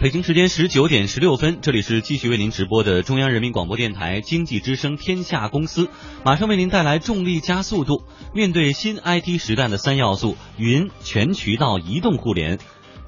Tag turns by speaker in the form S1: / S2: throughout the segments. S1: 北京时间十九点十六分，这里是继续为您直播的中央人民广播电台经济之声《天下公司》，马上为您带来重力加速度。面对新 IT 时代的三要素：云、全渠道、移动互联，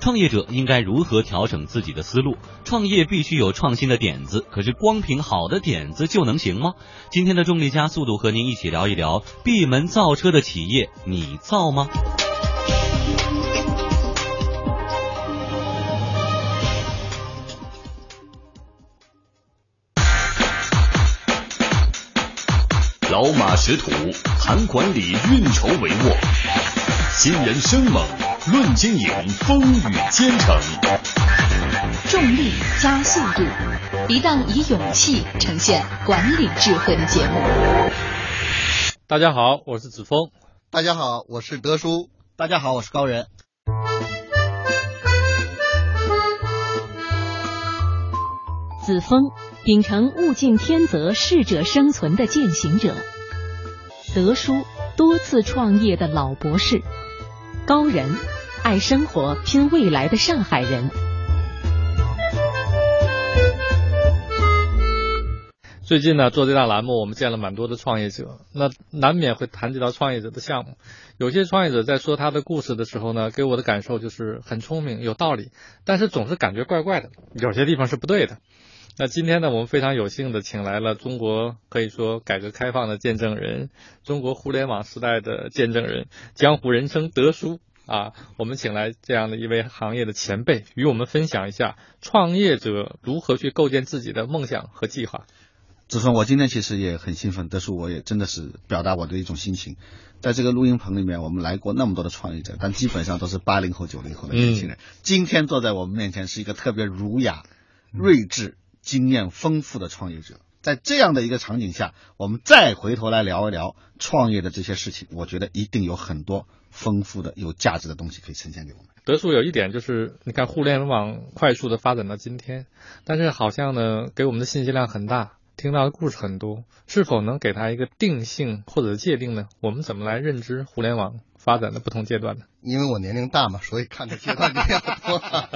S1: 创业者应该如何调整自己的思路？创业必须有创新的点子，可是光凭好的点子就能行吗？今天的重力加速度和您一起聊一聊闭门造车的企业，你造吗？
S2: 老马识途，谈管理，运筹帷幄；新人生猛，论经营，风雨兼程。
S3: 重力加速度，一档以勇气呈现管理智慧的节目。
S4: 大家好，我是子峰。
S5: 大家好，我是德叔。
S6: 大家好，我是高人。
S3: 子峰秉承物竞天择、适者生存的践行者，德叔多次创业的老博士，高人爱生活、拼未来的上海人。
S4: 最近呢，做这档栏目，我们见了蛮多的创业者，那难免会谈及到创业者的项目。有些创业者在说他的故事的时候呢，给我的感受就是很聪明、有道理，但是总是感觉怪怪的，有些地方是不对的。那今天呢，我们非常有幸的请来了中国可以说改革开放的见证人，中国互联网时代的见证人，江湖人称德叔啊。我们请来这样的一位行业的前辈，与我们分享一下创业者如何去构建自己的梦想和计划。
S5: 子峰，我今天其实也很兴奋，德叔，我也真的是表达我的一种心情。在这个录音棚里面，我们来过那么多的创业者，但基本上都是八零后、九零后的年轻
S6: 嗯
S5: 人。今天坐在我们面前是一个特别儒雅、睿智。经验丰富的创业者，在这样的一个场景下，我们再回头来聊一聊创业的这些事情，我觉得一定有很多丰富的、有价值的东西可以呈现给我们。
S4: 德叔有一点就是，你看互联网快速的发展到今天，但是好像呢，给我们的信息量很大，听到的故事很多，是否能给他一个定性或者界定呢？我们怎么来认知互联网？发展的不同阶段的，
S6: 因为我年龄大嘛， 所以看的阶段比较多。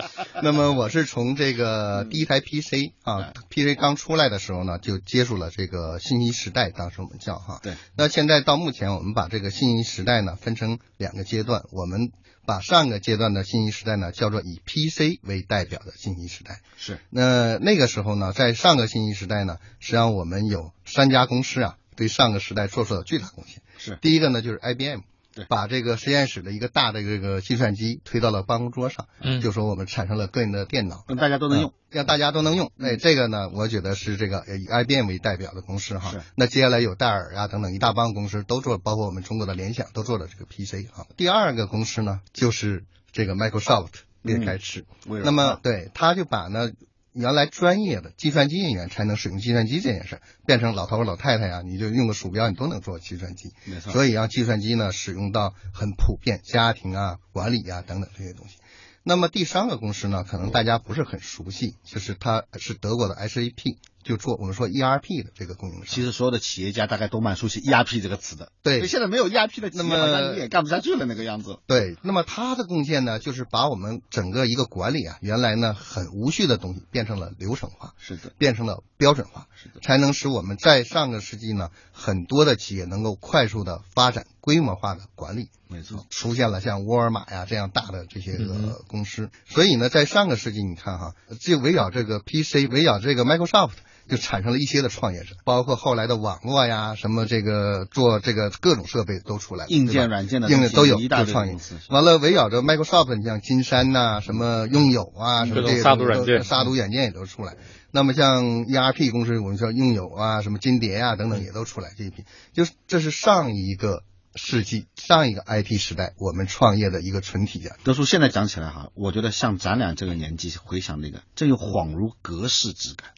S6: 那么我是从这个
S5: 嗯
S6: 第一台 PC
S5: 哎
S6: 啊，PC 刚出来的时候呢，就接触了这个信息时代，当时我们叫哈。
S5: 对。
S6: 那现在到目前，我们把这个信息时代呢分成两个阶段，我们把上个阶段的信息时代呢叫做以 PC 为代表的信息时代。
S5: 是。
S6: 那那个时候呢，在上个信息时代呢，实际上我们有三家公司啊，对上个时代做出了巨大贡献。
S5: 是。
S6: 第一个呢就是 IBM。把这个实验室的一个大的这个计算机推到了办公桌上，
S4: 嗯，
S6: 就说我们产生了个人的电脑，
S5: 让大家都能用，
S6: 让大家都能用。哎，这个呢，我觉得是这个呃以 IBM 为代表的公司哈。那接下来有戴尔啊等等一大帮公司都做，包括我们中国的联想都做了这个 PC 哈。第二个公司呢，就是这个 Microsoft 裂开吃，
S5: 嗯、
S6: 那么对，他就把呢。原来专业的计算机人员才能使用计算机这件事，变成老头老太太呀、啊，你就用个鼠标，你都能做计算机。
S5: 没错。
S6: 所以让计算机呢使用到很普遍，家庭啊、管理啊等等这些东西。那么第三个公司呢，可能大家不是很熟悉，就是它是德国的 SAP，就做我们说 ERP 的这个供应商。
S5: 其实所有的企业家大概都蛮熟悉 ERP 这个词的。
S6: 对。
S5: 现在没有 ERP 的企业，
S6: 那么
S5: 你也干不下去了那个样子。
S6: 对。那么它的贡献呢，就是把我们整个一个管理啊，原来呢很无序的东西变成了流程化，
S5: 是的，
S6: 变成了标准化，
S5: 是的，
S6: 才能使我们在上个世纪呢，很多的企业能够快速的发展规模化的管理。
S5: 没错，
S6: 出现了像沃尔玛呀、啊、这样大的这些个公司，嗯、所以呢，在上个世纪，你看哈，就围绕这个 PC，围绕这个 Microsoft，就产生了一些的创业者，包括后来的网络呀，什么这个做这个各种设备都出来了，
S5: 硬件、软件的
S6: 硬件都有
S5: 一大
S6: 创业。完了，围绕着 Microsoft，你像金山呐、啊、什么拥有啊、什么这些
S4: 杀毒软件、
S6: 杀毒软件也都出来。那么像 ERP 公司，我们说拥有啊、什么金蝶啊等等也都出来这一批，就是这是上一个。世纪上一个 IT 时代，我们创业的一个群体啊。
S5: 德叔现在讲起来哈，我觉得像咱俩这个年纪回想那个，真有恍如隔世之感。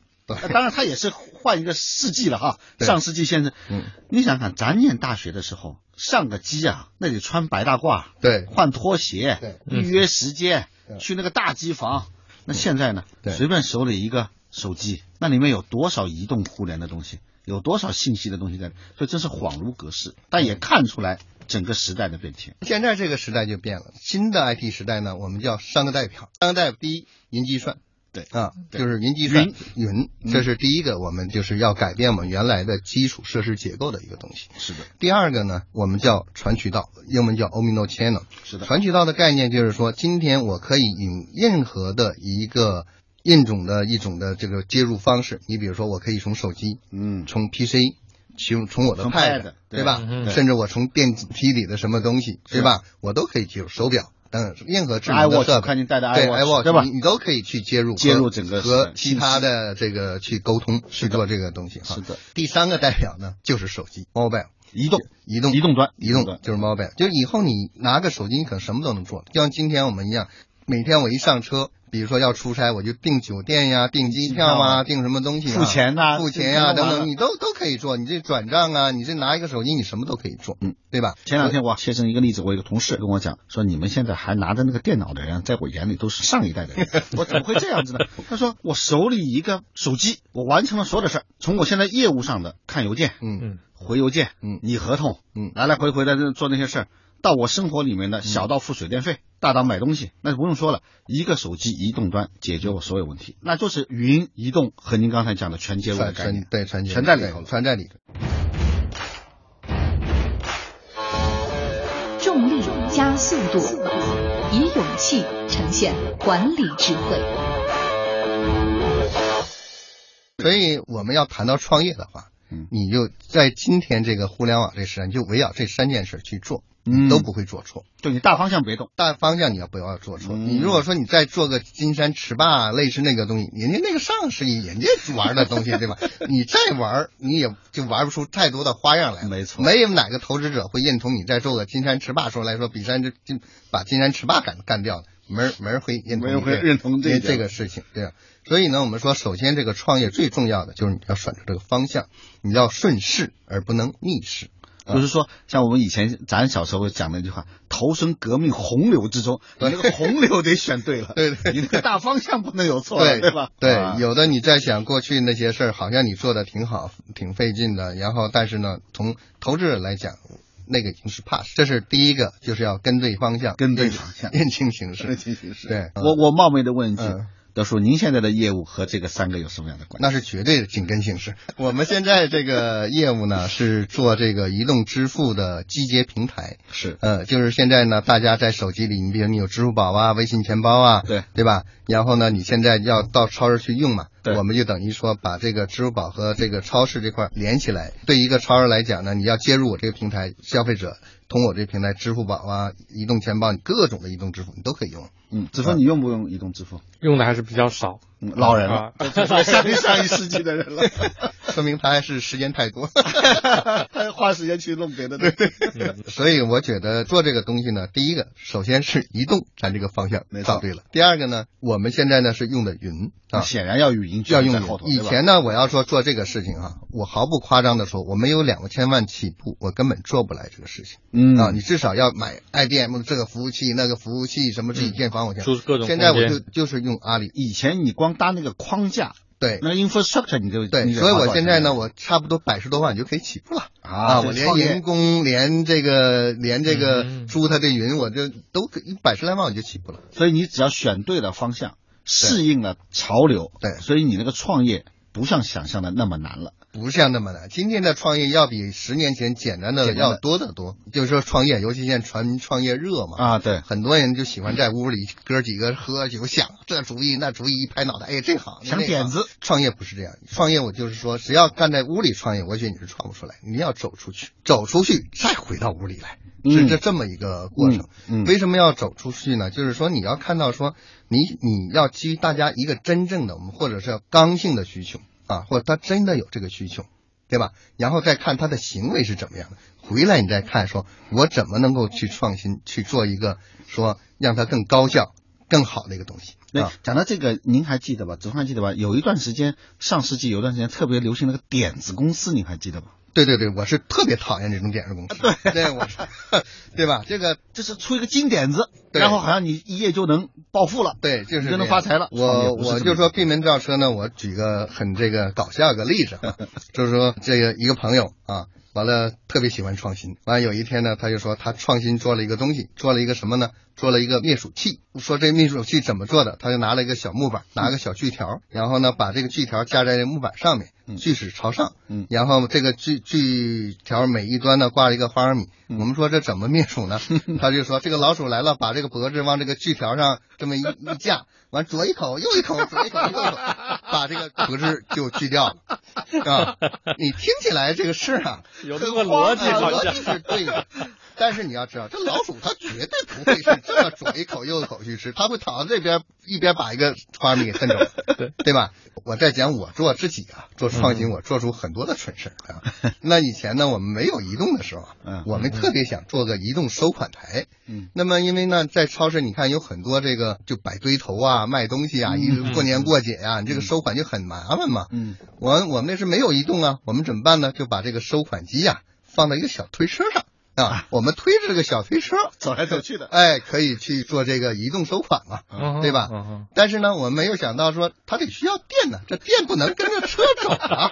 S5: 当然，他也是换一个世纪了哈，上世纪先生。
S6: 嗯，
S5: 你想想，咱念大学的时候上个机啊，那得穿白大褂，
S6: 对，
S5: 换拖鞋，
S6: 对，
S5: 预约时间，去那个大机房。那现在呢，随便手里一个手机，那里面有多少移动互联的东西？有多少信息的东西在？所以真是恍如隔世，但
S6: 嗯
S5: 也看出来整个时代的变迁。
S6: 现在这个时代就变了，新的 IT 时代呢，我们叫三个代表。三个代表：第一，云计算；
S5: 对
S6: 啊，
S5: 对
S6: 就是云计算云，这是第一个，我们就是要改变我们原来的基础设施结构的一个东西。
S5: 是的，
S6: 第二个呢，我们叫传渠道，英文叫 omnichannel。
S5: 是的，
S6: 传渠道的概念就是说，今天我可以用任何的一个印种的一种的这个接入方式，你比如说，我可以从手机，
S5: 嗯，
S6: 从 PC，从从我的
S5: 从
S6: Pad，,
S5: Pad，
S6: 对吧？
S4: 嗯
S5: 对
S6: 甚至我从电梯里的什么东西，对吧？我都可以接入手表。等任何智能的
S5: iWatch，
S6: 设备，
S5: 看你戴的
S6: 对
S5: iWatch，
S6: iWatch，
S5: 对吧
S6: 你你都可以去接入
S5: 接入
S6: 和
S5: 整个
S6: 和
S5: 信息
S6: 其他的这个去沟通，去做这个东西哈。
S5: 是的，
S6: 第三个代表呢，就是手机 mobile
S5: 移动
S6: 移动
S5: 移动端
S6: 移动
S5: 端，
S6: 就是 mobile，就是以后你拿个手机，你可能什么都能做，就像今天我们一样，每天我一上车，比如说要出差，我就订酒店呀、订机票啊、订什么东西、啊、
S5: 付钱呐
S6: 付钱呀、
S5: 订
S6: 等
S5: 完了
S6: 等，你都都可以做，你这转账啊，你这拿一个手机，你什么都可以做，嗯，对吧？
S5: 前两天我切成一个例子，我有个同事跟我讲说，你们现在还拿着那个电脑的人，在我眼里都 是上一代的人，我怎么会这样子呢？他说我手里一个手机，我完成了所有的事儿，从我现在业务上的看邮件、
S6: 嗯
S4: 嗯
S5: 回邮件、
S6: 嗯
S5: 拟合同、
S6: 嗯
S5: 来来回回的这做那些事儿，到我生活里面的小到付水电
S6: 嗯
S5: 费，大到买东西，那就不用说了，一个手机移动端解决我所有问题，那就是云移动和您刚才讲的全接入的
S6: 传
S5: 概
S6: 传
S5: 念。
S6: 对传接
S5: 全在里头了
S6: 全在里头。
S3: 重力加速度，以勇气呈现管理智慧。
S6: 所以我们要谈到创业的话
S5: 嗯，
S6: 你就在今天这个互联网这时代，你就围绕这三件事去做，
S5: 嗯
S6: 都不会做错。
S5: 就你大方向别动，
S6: 大方向你要不要做错？
S5: 嗯
S6: 你如果说你再做个金山池坝类似那个东西，人家那个上世纪人家玩的东西， 对吧？你再玩，你也就玩不出太多的花样来。
S5: 没错
S6: 没有哪个投资者会认同你再做个金山池坝，说来说比山这金把金山池坝干干掉了，没人没人会认同你这个，
S5: 没人会认同这一
S6: 因为
S5: 点
S6: 这个事情，对吧？所以呢，我们说，首先这个创业最重要的就是你要选择这个方向，你要顺势而不能逆势。
S5: 就是说，像我们以前咱小时候讲的一句话，投身革命洪流之中，你那个洪流得选对了，
S6: 对对
S5: 你那个大方向不能有错，
S6: 对
S5: 对吧？啊
S6: 对，有的你在想过去那些事儿，好像你做的挺好，挺费劲的。然后，但是呢，从投资者来讲，那个已经是 pass。这是第一个，就是要跟对方向，
S5: 跟对方向
S6: 认清形势，
S5: 认清形势
S6: 对，
S5: 我我冒昧的问一句
S6: 嗯，
S5: 德叔，您现在的业务和这个三个有什么样的关系？
S6: 那是绝对的紧跟形势。 我们现在这个业务呢，是做这个移动支付的集结平台。
S5: 是
S6: 呃，就是现在呢，大家在手机里，你比如你有支付宝啊、微信钱包啊，
S5: 对
S6: 对吧？然后呢，你现在要到超市去用嘛，
S5: 对
S6: 我们就等于说把这个支付宝和这个超市这块连起来。对一个超市来讲呢，你要接入我这个平台，消费者通过我这个平台，支付宝啊、移动钱包，你各种的移动支付你都可以用。
S5: 嗯，子枫，你用不用移动支付？
S4: 用的还是比较少。
S5: 嗯，老人了
S4: 啊，
S5: 相对上一世纪的人了，
S6: 说明他还是时间太多。嗯
S5: 他花时间去弄别的东西。
S6: 所以我觉得做这个东西呢，第一个首先是移动，咱这个方向
S5: 没错
S6: 到对了。第二个呢，我们现在呢是用的云啊，
S5: 显然要语音
S6: 要用
S5: 在
S6: 云
S5: 后头，
S6: 以
S5: 对吧
S6: 前呢，我要说做这个事情啊，我毫不夸张的说，我没有两个千万起步，我根本做不来这个事情、
S5: 嗯
S6: 啊。你至少要买 IBM 的这个服务器、那个服务器，什么
S5: 嗯
S6: 自己建防火墙。
S4: 出各种
S6: 现在
S4: 空
S6: 我
S4: 间
S6: 就就是用阿里，
S5: 以前你光搭那个框架，
S6: 对
S5: 那个 infrastructure 你就
S6: 对，
S5: 你得
S6: 所以
S5: 花多
S6: 我
S5: 少
S6: 现在
S5: 钱
S6: 呢，我差不多百十多万就可以起步了。
S5: 啊
S6: 我
S5: 这
S6: 连
S5: 创业
S6: 人工，连这个，连这个
S4: 嗯
S6: 租他的云，我就都可以百十来万我就起步了。
S5: 所以你只要选对了方向，适应了潮流，
S6: 对
S5: 所以你那个创业不像想象的那么难了。
S6: 不像那么难。今天的创业要比十年前简单的
S5: 简单的
S6: 要多得多。就是说创业，尤其现在传创业热嘛，
S5: 啊对
S6: 很多人就喜欢在屋里哥几个喝酒，想这主意那主意，一拍脑袋，哎，这好，
S5: 想
S6: 那好
S5: 点子。
S6: 创业不是这样，创业我就是说，只要干在屋里创业，我觉得你是创不出来，你要走出去，走出去再回到屋里来，是
S5: 嗯
S6: 这这么一个过程。
S5: 嗯嗯
S6: 为什么要走出去呢？就是说你要看到说，你你要基于大家一个真正的，我们或者是刚性的需求啊，或者他真的有这个需求，对吧？然后再看他的行为是怎么样的，回来你再看说，我怎么能够去创新，去做一个说让它更高效、更好的一个东西
S5: 对，
S6: 啊。
S5: 讲到这个，您还记得吧？总还记得吧？有一段时间，上世纪有一段时间特别流行那个点子公司，您还记得吗？
S6: 对对对，我是特别讨厌这种点子公司，对，对我是，对吧？这个
S5: 就是出一个金点子，
S6: 对
S5: 然后好像你一夜就能暴富了，
S6: 对，就是
S5: 你
S6: 这
S5: 就能
S6: 样
S5: 发财了。创业
S6: 我
S5: 不是
S6: 我
S5: 这么
S6: 就说
S5: 简
S6: 闭门造车呢，我举个很这个搞笑的例子啊，就是说这个一个朋友啊，啊，完了特别喜欢创新。完了有一天呢，他就说他创新做了一个东西，做了一个什么呢？做了一个灭鼠器。说这灭鼠器怎么做的？他就拿了一个小木板，拿个小锯条，然后呢把这个锯条架在这木板上面，锯齿朝上，
S5: 嗯
S6: 然后这个锯锯条每一端呢挂了一个花生米。我们说这怎么灭 鼠呢？他就说这个老鼠来了，把这个脖子往这个锯条上这么一一架，完左一口右一口左一口右一口，把这个脖子就锯掉了啊！你听起来这个事儿啊，
S4: 有
S6: 很
S4: 这个逻
S6: 荒
S4: 辑
S6: 诞
S4: 好
S6: 逻
S4: 像
S6: 辑是对的。但是你要知道，这老鼠它绝对不会是这么左一口右一口去吃，它会躺到这边一边把一个花米给啃走，
S4: 对嗯
S6: 对吧？我在讲我做自己啊，做创新，我做出很多的蠢事儿啊。那以前呢，我们没有移动的时候
S5: 嗯
S6: 啊，我们特别想做个移动收款台。
S5: 嗯，
S6: 那么因为呢，在超市你看有很多这个就摆堆头啊、卖东西啊，一直过年过节呀、你这个收款就很麻烦嘛。
S5: 嗯
S6: 我我们那是没有移动啊，我们怎么办呢？就把这个收款机呀、放到一个小推车上啊，我们推着这个小推车，
S5: 走来走去 的，
S6: 哎，可以去做这个移动收款嘛，
S5: 哦
S6: 对吧？
S4: 嗯哼
S6: 但是呢，我们没有想到说它得需要电呢，这电不能跟着车走 啊，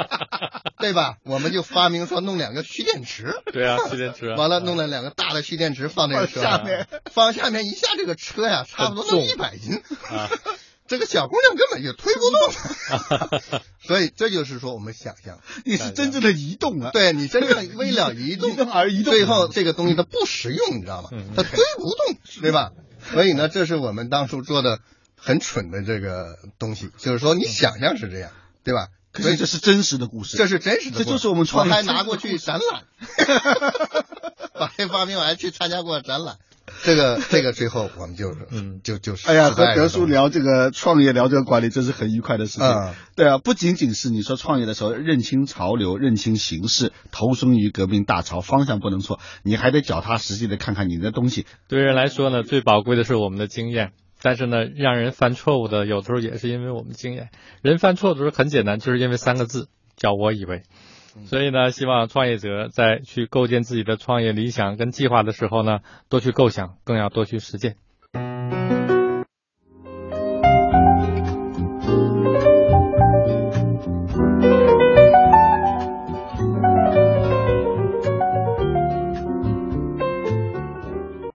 S6: 对吧？我们就发明说弄两个蓄电池，
S4: 对 啊，蓄电池啊。
S6: 完了弄了两个大的蓄电池放这个车啊
S5: 放下面，
S6: 放下面一下这个车呀，差不多
S4: 很
S6: 都
S4: 重
S6: 一百斤
S4: 啊，
S6: 这个小姑娘根本就推不 动，所以这就是说我们想象，
S5: 你是真正的移动啊了，
S6: 对你真正为了移 动
S5: 移动而移动
S6: 最后这个东西它不实用，你知道吗
S4: 嗯？
S6: 它推不动，对吧？所以呢，这是我们当初做的很蠢的这个东西，就是说你想象是这样，对吧？
S5: 可
S6: 所以
S5: 是这是真实的故事，
S6: 这是真实的
S5: 这
S6: 过程，
S5: 就是我们创立
S6: 还拿过去展览， 把这发明我还去参加过展览。 这个这 个最后我们就是
S4: 嗯
S6: 就就是
S5: 哎呀，
S6: 失败
S5: 和
S6: 了
S5: 德叔聊这个创业，聊这个管理，真是很愉快的事情。
S6: 嗯
S5: 对啊，不仅仅是你说创业的时候认清潮流、认清形势，投身于革命大潮，方向不能错，你还得脚踏实地的看看你的东西。
S4: 对人来说呢，最宝贵的是我们的经验。但是呢，让人犯错误的，有时候也是因为我们经验。人犯错的时候很简单，就是因为三个字，叫我以为。所以呢，希望创业者在去构建自己的创业理想跟计划的时候呢，多去构想，更要多去实践。